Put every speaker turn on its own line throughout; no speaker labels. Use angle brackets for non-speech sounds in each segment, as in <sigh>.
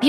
美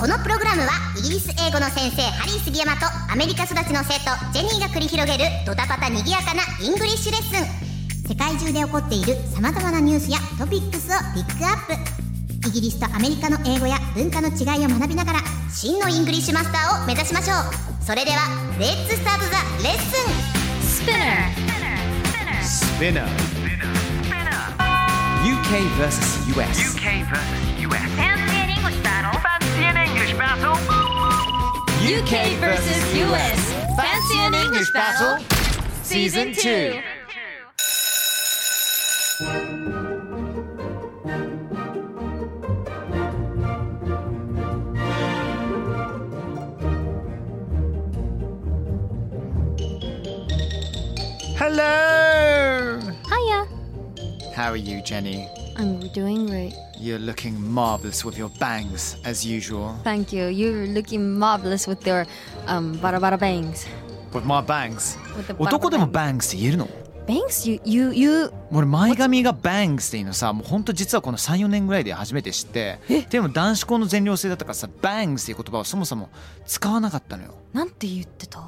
このプログラムはイギリス英語の先生ハリー杉山とアメリカ育ちの生徒ジェニーが繰り広げるドタパタにぎやかなイングリッシュレッスン世界中で起こっている様々なニュースやトピックスをピックアップイギリスとアメリカの英語や文化の違いを学びながら真のイングリッシュマスターを目指しましょうそれではレッツスタートザレッスン
Spinner. UK versus US.
UK versus US. Fancy an English battle. Fancy an English battle.
UK versus US. Fancy an English battle? Season 2.
は
How are you, Jenny?
I'm doing great.
You're looking marvelous with your bangs, as usual.
Thank you. You're looking marvelous with your um bada bada bangs.
With my bangs.
With the
男でも bangs って言えるの
Bangs? You you you
俺前髪が bangs っていうのさもうほんと実はこの34年ぐらいで初めて知ってでも男子校の全寮制だったからさ bangs っていう言葉をそもそも使わなかったのよ
なんて言ってた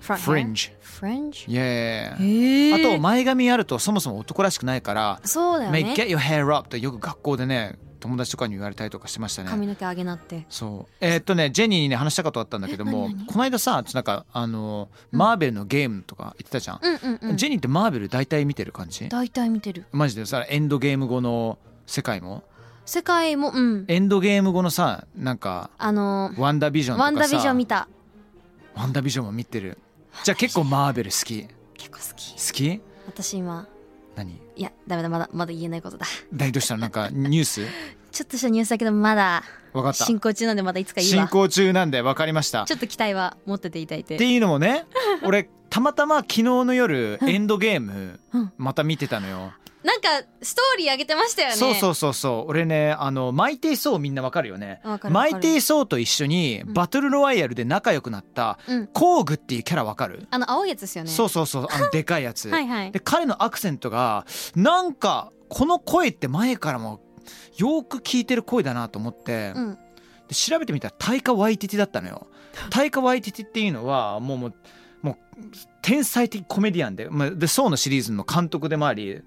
Fringe
Fringe?
イエーイ
え
あと前髪あるとそもそも男らしくないから
そうだよ
ね、
ね。
Get your hair up ってよく学校でね友達とかに言われたりとかしてました
髪
ね。
の毛上げなって。
そうえーっとねジェニーにね話したかったんだけどもこの間さなんかあのマーベルのゲームとか言ってたじゃん、
うんうんうん。
ジェニーってマーベル大体見てる感じ
大体見てる。
マジでさエンドゲーム後の世界も
世界もうん。
エンドゲーム後のさなんか
あの
ワンダービジョンとか
ワ
さ
ンダービジョン見た。
ワンダービジョンも見てるじゃあ結構マーベル好き
結構好き。
好き
私今
何
いやダメだまだまだ言えないことだ。
何どうしたのなんかニュース
ちょっとしたニュースだけどまだ
分かった
進行中なんでまだいつか言う
進
わ。
行中なんで分かりました
ちょっと期待は持ってていただいて。
っていうのもね俺たまたま昨日の夜エンドゲーム
うん
また見てたのよ、
なんかストーリー上げてましたよね。
そうそうそうそう俺ねあのマイテイソーみんなわかるよね
わかるわ
マ
かる
イテイソーと一緒にバトルロワイヤルで仲良くなった
うん。
コーグっていうキャラわかる、
あの青いやつですよね。
そうそうそうあのでかいやつ
はいはい
で。彼のアクセントがなんかこの声って前からもよく聞いてる声だなと思って、
うん。
で調べてみたらタイカ・ワイティティだったの
<laughs>
よ。タイカ・ワイティティっていうのはもうもうもう天才的コメディアンで、まあ、でソーのシリーズの監督でもあり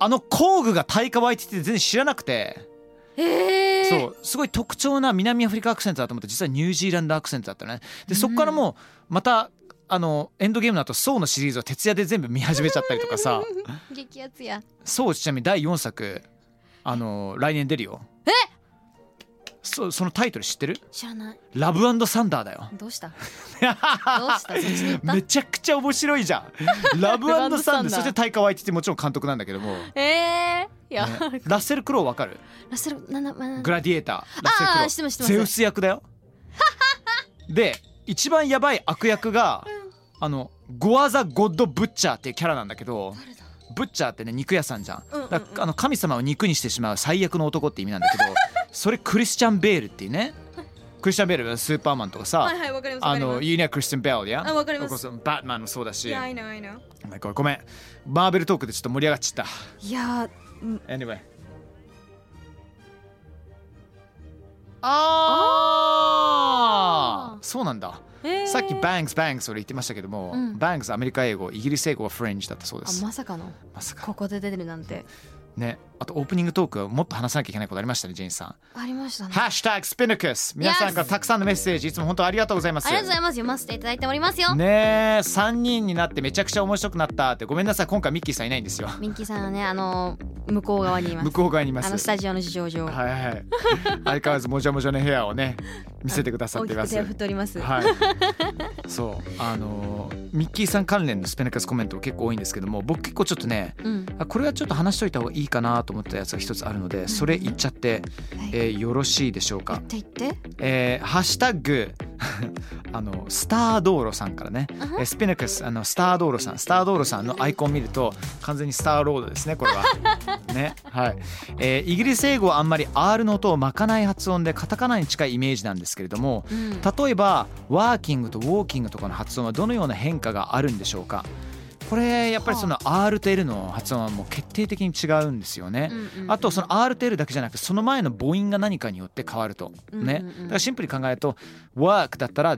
あの工具がタイカ・ワイティティって全然知らなくて、
ええー。
そうすごい特徴な南アフリカアクセントだと思って実はニュージーランドアクセントだったのね。でそっからもうまたあのエンドゲームの後ソーのシリーズを徹夜で全部見始めちゃったりとか
<laughs>
さ
激アツや。
ソーちなみに第4作あの来年出るよ。
え
そそのタイトル知ってる
知らない。
ラブサンダーだよ。
ど
<laughs>
うした？どうした？そっちに行った
め。ちゃくちゃ面白いじゃ
<laughs>
ん。ラブ
ラブ
サ
サ
ン
ン
デ
ダ
ー、
ー
そしてタイカワイティティもちろん監督なんだけども。
ええー。いや。
ねラッセル・クロウわかる
ラスルなんだまあ
グラディエーターラッセル・ク
あ
ロ
ー知ってます知って
ウ
ます
ゼウス役だよで一番やばい悪役があのゴアザ・ゴッド・ブッチャーっていうキャラなんだけどブッチャーってね肉屋さんじゃん,、だからあの神様を肉にしてしまう最悪の男って意味なんだけどそれクリスチャン・ベールっていうねクリスチャン・ベールはスーパーマンとかさ、
はいはいわかりますわ
あ
かります
のユニア・クリスチャン・ベールや
あわかります
それこそバットマンもそうだし、
Yeah, I know, I know.
ごめんごめんごめんマーベルトークでちょっと盛り上がっちゃっ
いや
た Anyway ああそうなんだ、
ー。えー
さっき Bangs Bangs 俺言ってましたけども、
うん
Bangs アメリカ英語イギリス英語はフレンジだったそうで
あ
す
まさかの
まさか
ここで出てるなんて
ねあとオープニングトークはもっと話さなきゃいけないことありましたねジェインさん
ありました
「
ね。
ハッシュタグスピヌクス」皆さんからたくさんのメッセージいつも本当ありがとうございます
ありがとうございます。読ませていただいておりますよ。
ねえ3人になってめちゃくちゃ面白くなったってごめんなさい今回ミッキーさんいないんですよ
ミンキーさんはねあの向こう側にいます
向。こう側にいます
あのスタジオの事情上。
はいはい <laughs> 相変わらずもじゃもじゃの部屋をね見せてくださっ
大
てい
き
ま
く
す
手を振っております。
はいそうあのーミッキーさん関連のスペナカスコメント結構多いんですけども僕結構ちょっとね
うん
あこれはちょっと話しといた方がいいかなと思ったやつが一つあるのでそれ言っちゃって、
はい
えーよろしいでしょうか。
言って言って
えーハッシュタグ <laughs> あのスター道路さんからね、えースピナクスあのスター道路さんスター道路さんのアイコン見ると完全にスターロードですねこれはねはい、えーイギリス英語はあんまり R の音を巻かない発音でカタカナに近いイメージなんですけれども
うん
例えばワーキングとウォーキングとかの発音はどのような変化があるんでしょうかこれやっぱりその R と L の発音はもう決定的に違うんですよね、
うんうん
あとその R と L だけじゃなくてその前の母音が何かによって変わると
うんうん
ねだからシンプルに考えると work だったら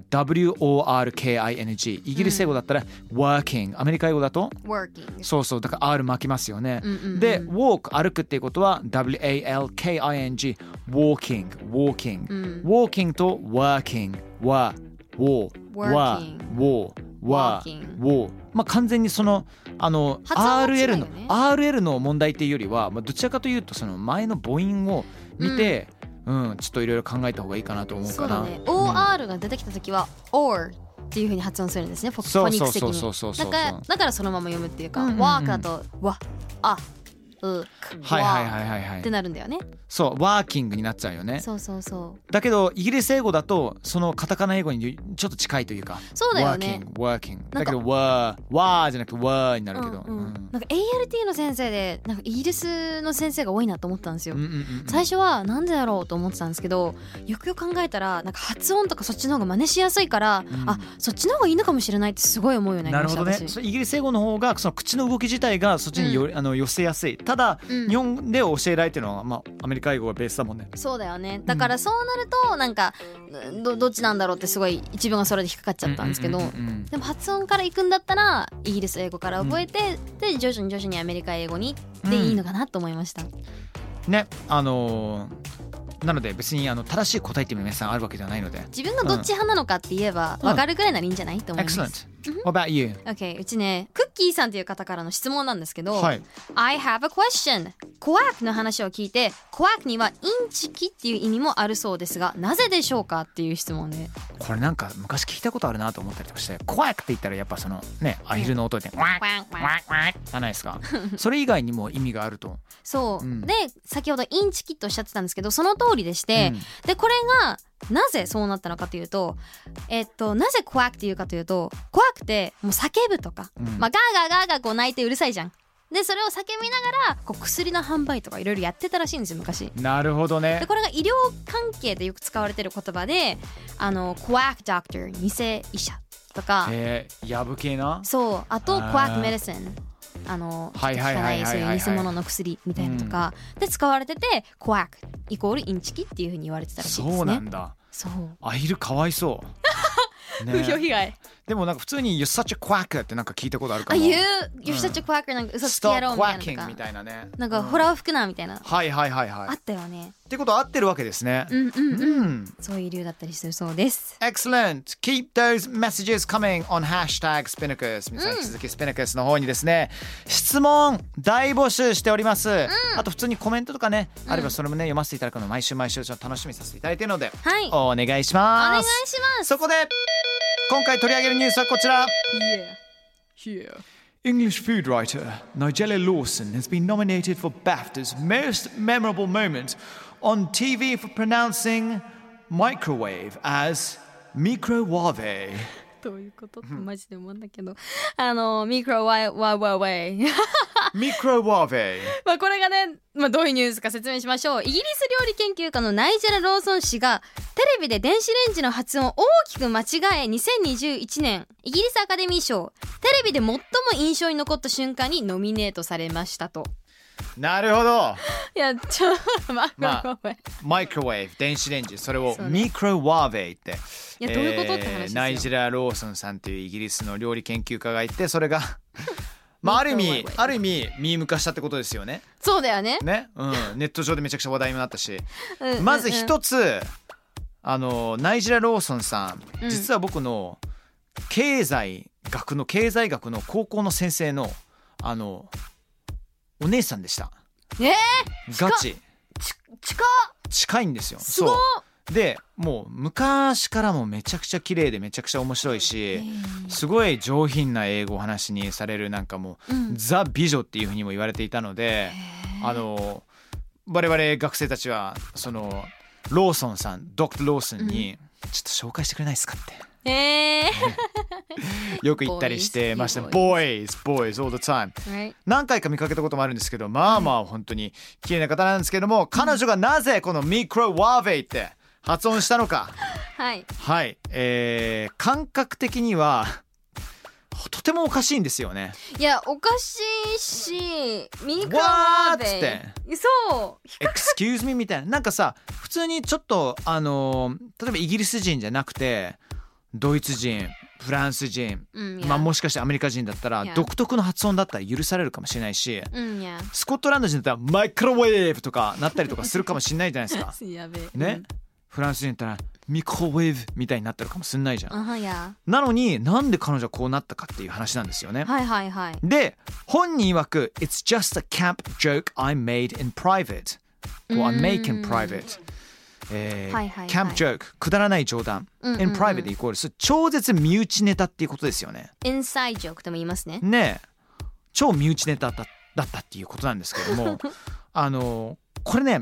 working イギリス英語だったら working アメリカ英語だと
working
そうそうだから R 巻きますよね
うんうんうん
で walk 歩くっていうことは walking walking walking
うん、
walking と working wa wo wa
Working
wo wa
Walking
wo まあ完全にそのあの
発音は違う
RL
よ
の
ね
RL の問題っていうよりは、まあ、どちらかというとその前の母音を見て、うんちょっといろいろ考えた方がいいかなと思う
そ
か
うだ
な。
ね OR が出てきた時は OR っていう風に発音するんですねポフ
そ
ォ
う
ニッ
そう
クス的
そう
に
そうそうそ
だ
う。
からだからそのまま読むっていうか、
うんうんうん
ワークだとワあうく
はいはい
わ
はいはいは
って
い。
なるんだよね。
そうワーキングになっちゃうよね。
そうそうそ
だけどイギリス英語だとそのカタカナ英語にちょっと近いというか。
う。そうだよね。。
working working
な
だ
んか
けど wa wa じゃなくて wa になるけど。
うんうんなんか ALT の先生でなんかイギリスの先生が多いなと思ったんですよ。
うんうんうんうん
最初はなんでだろうと思ってたんですけどよくよく考えたらなんか発音とかそっちの方が真似しやすいから、
うん
あそっちの方がいいのかもしれないってすごい思うようにな
なる
りまし
ほど
た
ね。
私
そうイギリス英語の方がその口の動き自体がそっちにより、あの寄せやすい。ただ、
うん
日本で教えられてるのはまあアメリカ英語がベースだもんね。
そうだよねだからそうなるとなんかどどっちなんだろうってすごい自分がそれで引っかかっちゃったんですけど、
うううんうん
でも発音から行くんだったらイギリス英語から覚えて、で徐々に徐々にアメリカ英語にでいいのかなと思いました、
ねあのーなので別にあの正しい答えっていうのは皆さんあるわけじゃないので。
自分がどっち派なのかって言えば
うん
分かるぐらいならいいんじゃないと思います、
Excellent. What about you?
OK うちねクッキーさんという方からの質問なんですけど、
はい。
I have a question コアクの話を聞いてコアクにはインチキっていう意味もあるそうですがなぜでしょうかっていう質問で
これなんか昔聞いたことあるなと思ったりとかして、怖くって言ったらやっぱそのねアヒルの音で、わっじゃないです
<laughs>
か。それ以外にも意味があると。
そう、
うん
で先ほどインチキとおっしゃってたんですけどその通りでして、
うん
でこれがなぜそうなったのかというとえっとなぜ怖くっていうかというと怖くてもう叫ぶとか、
うん
まあ、ガーガーガーガーこう泣いてうるさいじゃん。でそれを叫びながらこう薬の販売とかいろいろやってたらしいんですよ昔。
なるほどね
で。これが医療関係でよく使われてる言葉で「あのコアクドクター」偽医者とか
えー、やぶ系な。
そうあと
あー
コアクメディシンあの聞か
はいはいは
ない
はい
いそういう偽物の薬みたいなのとかで使われててコアクイコールインチキっていうふうに言われてたらしいで
そ
す
うな
ね
んだ。
そう
アヒルかわい
<laughs>
そう。ね
風評被害
でもなんか普通に「You're such a quack」ってなんか聞いたことあるか
あ
も。
言う吉田ちコアクなんか嘘つき野
Stop
郎みたい
quacking
な
み
のとか
たいなね。
なんかホラー吹くなみたいな
はいはいはいはい。
あ
っ
ったよね
てことは合ってるわけですね。
うんうん
う
うん
ん
そういう理由だったりするそうです
Excellent! Keep those messages coming on hashtag Spinnacus 皆さん引き続き Spinnacus の方にですね質問大募集しております、あと普通にコメントとかねあればそれもね読ませていただくの毎週毎週ちょっと楽しみにさせていただいているので
はいお
お願いします
願いします
そこで今回取り上げるニュースはこちら English food writer Nigella Lawson has been nominated for BAFTA's Most Memorable Moment on TV for pronouncing microwave as
<laughs>
microwave.
どういうことってマジで思うんだけどあのミクロワイワイワイワイ
microwave.
まあこれがね、まあ、どういうニュースか説明しましょうイギリス料理研究家のナイジェラ・ローソン氏がテレビで電子レンジの発音を大きく間違え2021年イギリスアカデミー賞テレビで最も印象に残った瞬間にノミネートされましたと
なるほど。
いやちょっとまあごめん
まあ
ごめん
microwave 電子レンジそれを
そうね
microwave って。
いやどういうことって話ですよ
ナイジェラ・ローソンさんというイギリスの料理研究家がいてそれ
<laughs>
がまあある意味
microwave
ある意味ミーム化したってことですよね。
そうだよね
ね、うん、ネット上でめちゃくちゃ話題になったし、
うんうんうん
まず一つあのナイジェラ・ローソンさん、
うん
実は僕の経済学の経済学の高校の先生のあのお姉さんでした
えー、
ガチ
ち近っ
近いんですよ
すごっ
そうでもう昔からもめちゃくちゃ綺麗でめちゃくちゃ面白いし、すごい上品な英語を話にされるなんかもう、ザ美女っていうふうにも言われていたのであの我々学生たちはそのローソンさんドクター・ローソンに、ちょっと紹介してくれないですかって。
え
よく行ったりしてました。
Boys,
Boys, boys, all the time。
ー、はい
何回か見かけたこともあるんですけど、まあまあ本当に綺麗な方なんですけども、彼女がなぜこのミクロワーベイって発音したのか。
はい
はい、えー、感覚的にはとてもおかしいんですよね。
いやおかしいしミニクロ
わー
ワー
っつって
ベイそう
Excuse me みたいななんかさ普通にちょっとあのー例えばイギリス人じゃなくてドイツ人フランス人、
うんいや
まあ、もしかしてアメリカ人だったら
いや
独特の発音だったら許されるかもしれないし
うんいや。
スコットランド人だったらマイクロウェーブとかなったりとかするかもしれないじゃないですか
<laughs> やべえ
ね、フランス人だったらミクロウェーブみたいになってるかもしれないじゃん。
うんあはいや
なのになんで彼女はこうなったかっていう話なんですよね。
はいはいはい
で本人曰く「It's just a camp joke I made in private」or I make in private え
はいはいはい
ーキャンプジョークくだらない冗談、
うんうんうん
in private イコールそれ超絶身内ネタっていうことですよね
インサイジョークとも言いますね
ねえ超身内ネタだだったっていうことなんですけど
<laughs>
もあのこれね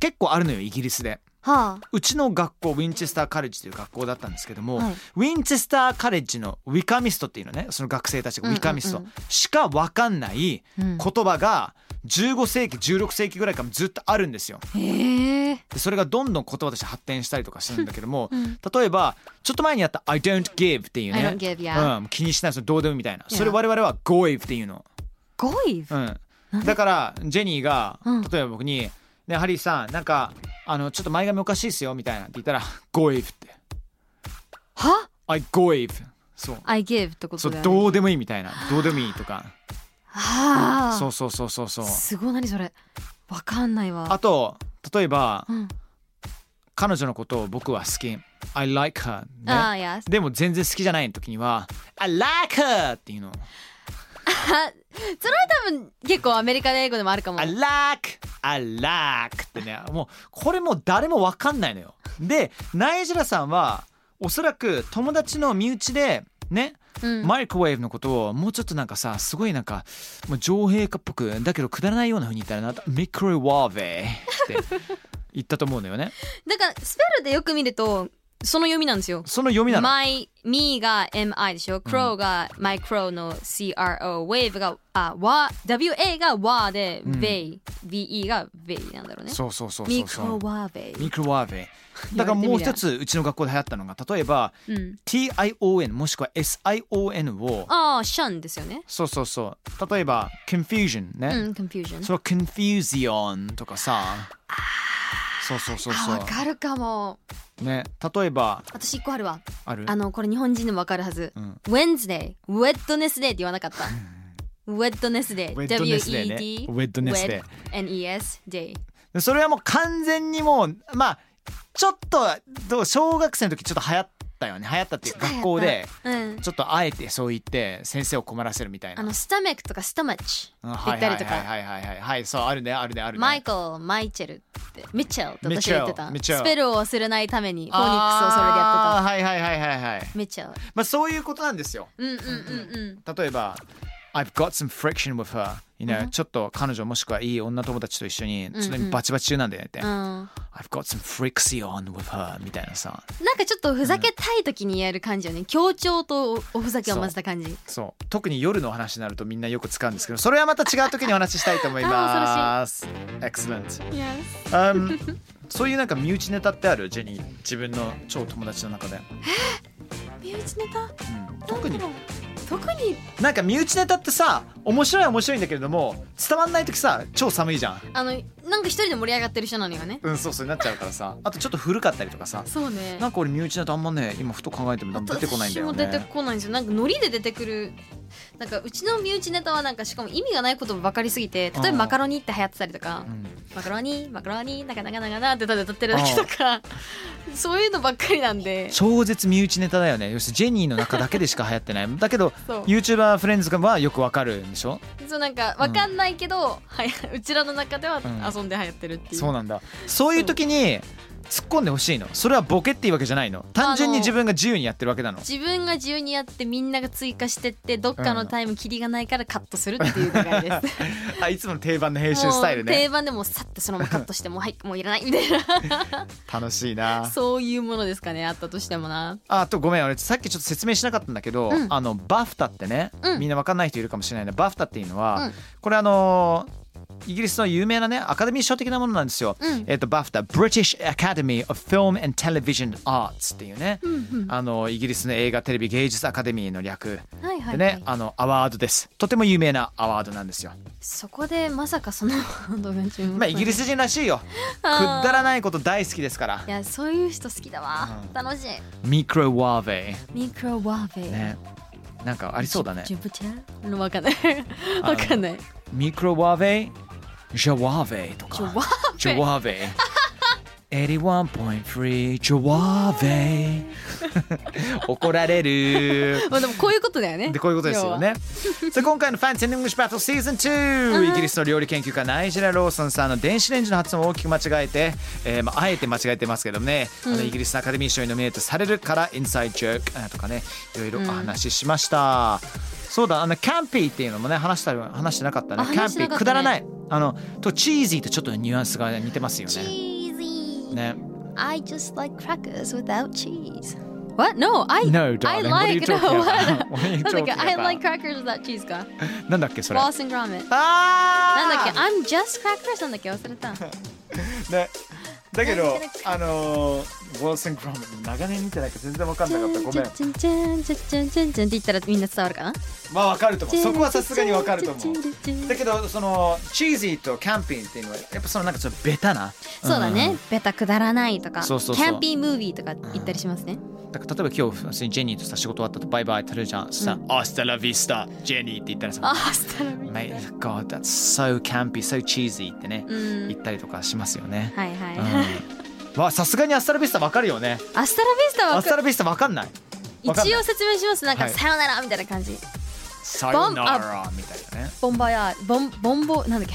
結構あるのよイギリスで
は
うちの学校ウィンチェスターカレッジという学校だったんですけども、
はい
ウィンチェスターカレッジのウィカミストっていうのねその学生たちがウィカミストしか分かんない言葉が15世紀16世紀ぐらいからずっとあるんですよ。
あへえ
でそれがどんどん言葉として発展したりとかするんだけども、例えばちょっと前にやった「I don't give」っていう
I
ね
don't give
う
yeah
ん、気にしないそのどうでもいいみたいな
Yeah
それ我々は「goive」っていうの。
ゴイフ
うん、だからジェニーが
うん
例えば僕に「ねハリーさんなんかあのちょっと前髪おかしいっすよ」みたいなって言ったら「ゴイブ」って
は
「I ゴイブ」そう。
I give ってこと
そう
だよね
どうでもいいみたいなどうでもいいとか
はあ
そうそうそうそうそう
すごい何それわかんないわ
あと例えば
うん
彼女のことを僕は好き I like her
あ
ね
あいや
でも全然好きじゃない時には I like her っていうの
それは多分結構アメリカ英語でもあるかも
I like I like ってねもうこれもう誰もわかんないのよでナイジェラさんはおそらく友達の身内でね、
うん
マイクロウェーブのことをもうちょっとなんかさすごいなんかもう上陛下っぽくだけどくだらないような風に言ったらなミクロウェーベって言ったと思うのよね
だからスペルでよく見るとその読みなんですよ
その読みなの、
マイ、ミーが MI でしょ、Crow がマイクロの CRO、Wave が、あ、わ、WA が WA で、
うん
VE、VE が VE なんだろうね。
そうそうそうそうそう
ミクロワーベイ。
ミクロワーベイだからもう一つうちの学校で流行ったのが例えば
うん。
TION もしくは SION を
ああ、シャンですよね。
そうそうそう例えば confusion ね、
うん、confusion。
その confusion とかさそうそうそう
あ、
そ
わか
う
るかも。
ね例えば
私一個あるわ。
ある
あの、これ日本人でもわかるはず。
うん
Wednesday、Wednesday って言わなかった。Wednesday、
Wednesday ね
W-E-D、
Wednesday
N-E-S、Day。
でそれはもう完全にもうまあちょっとどう小学生の時ちょっと流行ったよね流行ったっていうか学校で
うん。
ちょっとあえてそう言って先生を困らせるみたいな
あの、スタメックとかスタマッチ
うん
って
はい
言っ
は
た
いはい
りと
は
か。
いはいはいはいそうあるねあるねあるね
マイコル、マイチェルって、ミッチェルって私は言ってた。
ミッチェル
スペルを忘れないために、フォニックスをそれでや
あ
って
ーはいはいはいはいはい
た。ミッチェル。
まあそういうことなんですよ
うんうんうんうん。
例えば I've got some friction with her you know、ちょっと彼女もしくはいい女友達と一緒にちょっとバチバチ中なんだよねって、
うん、なん
I've got some friction with her みたいなさ
かちょっとふざけたい時にやる感じよね協調とおおふざけを混ぜた感じ
そう特に夜のお話になるとみんなよく使うんですけどそれはまた違う時にお話ししたいと思います Excellent、Um <laughs> そういうなんか身内ネタってあるジェニー自分の超友達の中で、
身内ネタ
うん、特に
特に
なんか身内ネタってさ面白いは面白いんだけれども伝わんない時さ超寒いじゃん
あのなんか一人で盛り上がってる人なのよね
うんそうそうなっちゃうからさあとちょっと古かったりとかさ
そうね
なんか俺身内だとあんまね今ふと考えても出てこないんだよ
私も出て
ね。
こないんですよなんかノリで出てくるなんかうちの身内ネタはなんかしかも意味がないことばかりすぎて例え
あー
ばマカロニって流行ってたりとか
うん
マカロニマカロニなかなかなかなって歌で歌ってるだけとかそういうのばっかりなんで
超絶身内ネタだよね要するにジェニーの中だけでしか流行ってないだけど
そう
YouTuber フレンズはよくわかるんでしょ
そうなんかわかんないけど、はやうちらの中では
ん
遊んで流行ってるっていう、
そうなんだそういう時に突っ込んでほしいのそれはボケっていうわけじゃないの単純に自分が自由にやってるわけなの
自分が自由にやってみんなが追加してってどっかのタイムキリがないからカットするっていう流れです
あいつもの定番の <laughs> 編集スタイル
もう定
ね
番でもうさってそのままカットしてもうはいもういらないみた
<laughs>
いな
楽しいな
そういうものですかねあったとしてもな
ああとごめん俺さっきちょっと説明しなかったんだけど、
うん
あのバフタってね、
うん
みんなわかんない人いるかもしれないなバフタっていうのは、
うん
これあのーイギリスの有名なねアカデミー賞的なものなんですよ、
うん
えっとバフタ British Academy of Film and Television Arts っていうね、
うんうん
あのイギリスの映画テレビ芸術アカデミーの略
はいは
で
い、
ね、
はい、
あのアワードですとても有名なアワードなんですよ、
そこでまさかその動画中
まあイギリス人らしいよくだらないこと大好きですから
<laughs> いやそういう人好きだわ、
うん
楽しい
ミクロワーベ
ミクロワーベイ、
イねなんかありそうだね
ジュピターのわかんない
あの
わかんない
ミクロワーベイジャワーベイとか
ジョワー
ジャワーベイ81.3ジャワーベイ怒られる
まあでもこういうことだよね
でこういうことですよね。さあ今回のファンセンディングシバトルシーズン
うん
2イギリスの料理研究家ナイジェラ・ローソンさんの電子レンジの発音を大きく間違えて、えーまあ、あえて間違えてますけどもね、あのイギリスのアカデミー賞にノミネートされるからインサイドジョークあーとかねいろいろお話ししました。そうだあのキャンピーっていうのもね話した話してなかったね
あ
キャン
話し
ピ
な
ー
かったね
くだらないあのとチーズィーとちょっとニュアンスが似てますよね。
Cheesy
ね
I just like crackers without cheese What? No, I,
No,
I
darling, what are you
like
talking
no,
about? What are you
What? なんだっけ
talking
I
about?
like crackers without cheese か
なんだっけそれ。あ
Boston ramen
あ
なんだっけ
ー
I'm just crackers なんだっけ忘れた
ね、だけ
な
ど
んとなく、
あのー、ウォーセンクラム長年見てないから全然わかんなかった。ごめん。
チンチンチンチンチンチンって言ったらみんな伝わるかな
まあわかると思う。そこはさすがにわかると思う。だけど、そのチーズィーとキャンピングっていうのは、やっぱそのなんかちょっとベタな。
そうだね、ベタくだらないとか
そうそうそう
キャンピームービーとか言ったりしますね、
だから例えば今日、普通にジェニーとさ仕事終わったとバイバイってるじゃん。さ、アスタラビスタ、ジェニーって言ったら
あ
さ、
あスタラビ
My God, that's so campy, so cheesy ってね、
うん
言ったりとかしますよね。
はいはい、
うんわ、さすがにアスタラビスタわかるよね。
アスタラビスタは
ア
わ
スタ
か
ラビスタわかんない。わかんない
一応説明しますなんか、
はい
さよならみたいな感じ
さよならみたいなね。
ボンバヤーボンボンボなんだっけ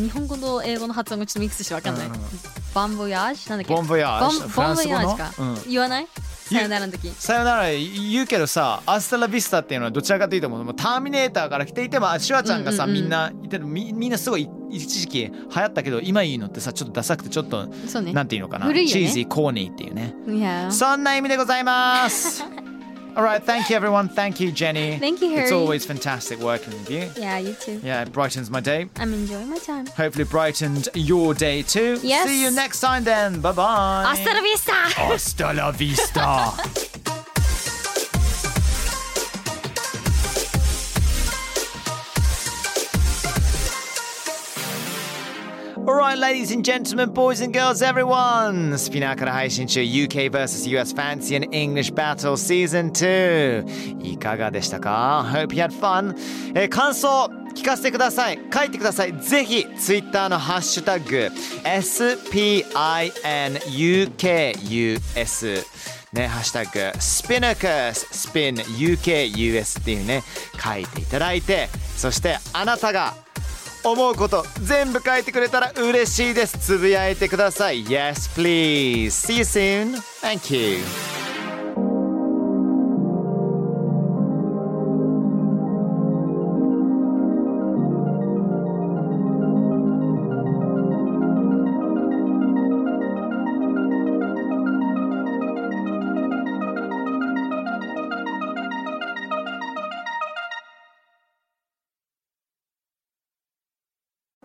日本語と英語の発音がちょっとミックスしてわかんない、
うんうんうん
バンボヤージュなんだっけ
ボンボヤージュ
ボン
フランス語の
ボンボヤージュか、
う
言わないさよならの時
さよなら言うけどさアスタラビスタっていうのはどちらかというともうもうターミネーターから来ていてまあシュワちゃんがさ、
うんうんうん
みんな言ってるみみんなすごい一時期流行ったけど今言うのってさちょっとダサくてちょっと、
そうね
なんていうのかな、
古いよね
チーズィーコーニーっていうね
いやー
そんな意味でございます
<laughs>
Alright, thank you everyone. Thank you, Jenny.
Thank you,
It's
Harry.
always fantastic working with you.
Yeah, you too.
Yeah, it brightens my day.
I'm enjoying my time.
Hopefully, brightened your day too.
Yes.
See you next time then. Bye bye.
アスタラビスタ
Hasta la
<laughs>
vista. Alright, ladies and gentlemen, boys and girls, everyone! スピナーから配信中 UK vs.US Fancy and English Battle Season 2! いかがでしたか ?Hope you had fun! えー感想聞かせてください書いてくださいぜひ Twitter のハッシュタグ SPINUKUS ね、ハッシュタグスピナカススピン UKUS っていうね書いていただいてそしてあなたが思うこと全部書いてくれたら嬉しいですつぶやいてください Yes please See you soon Thank you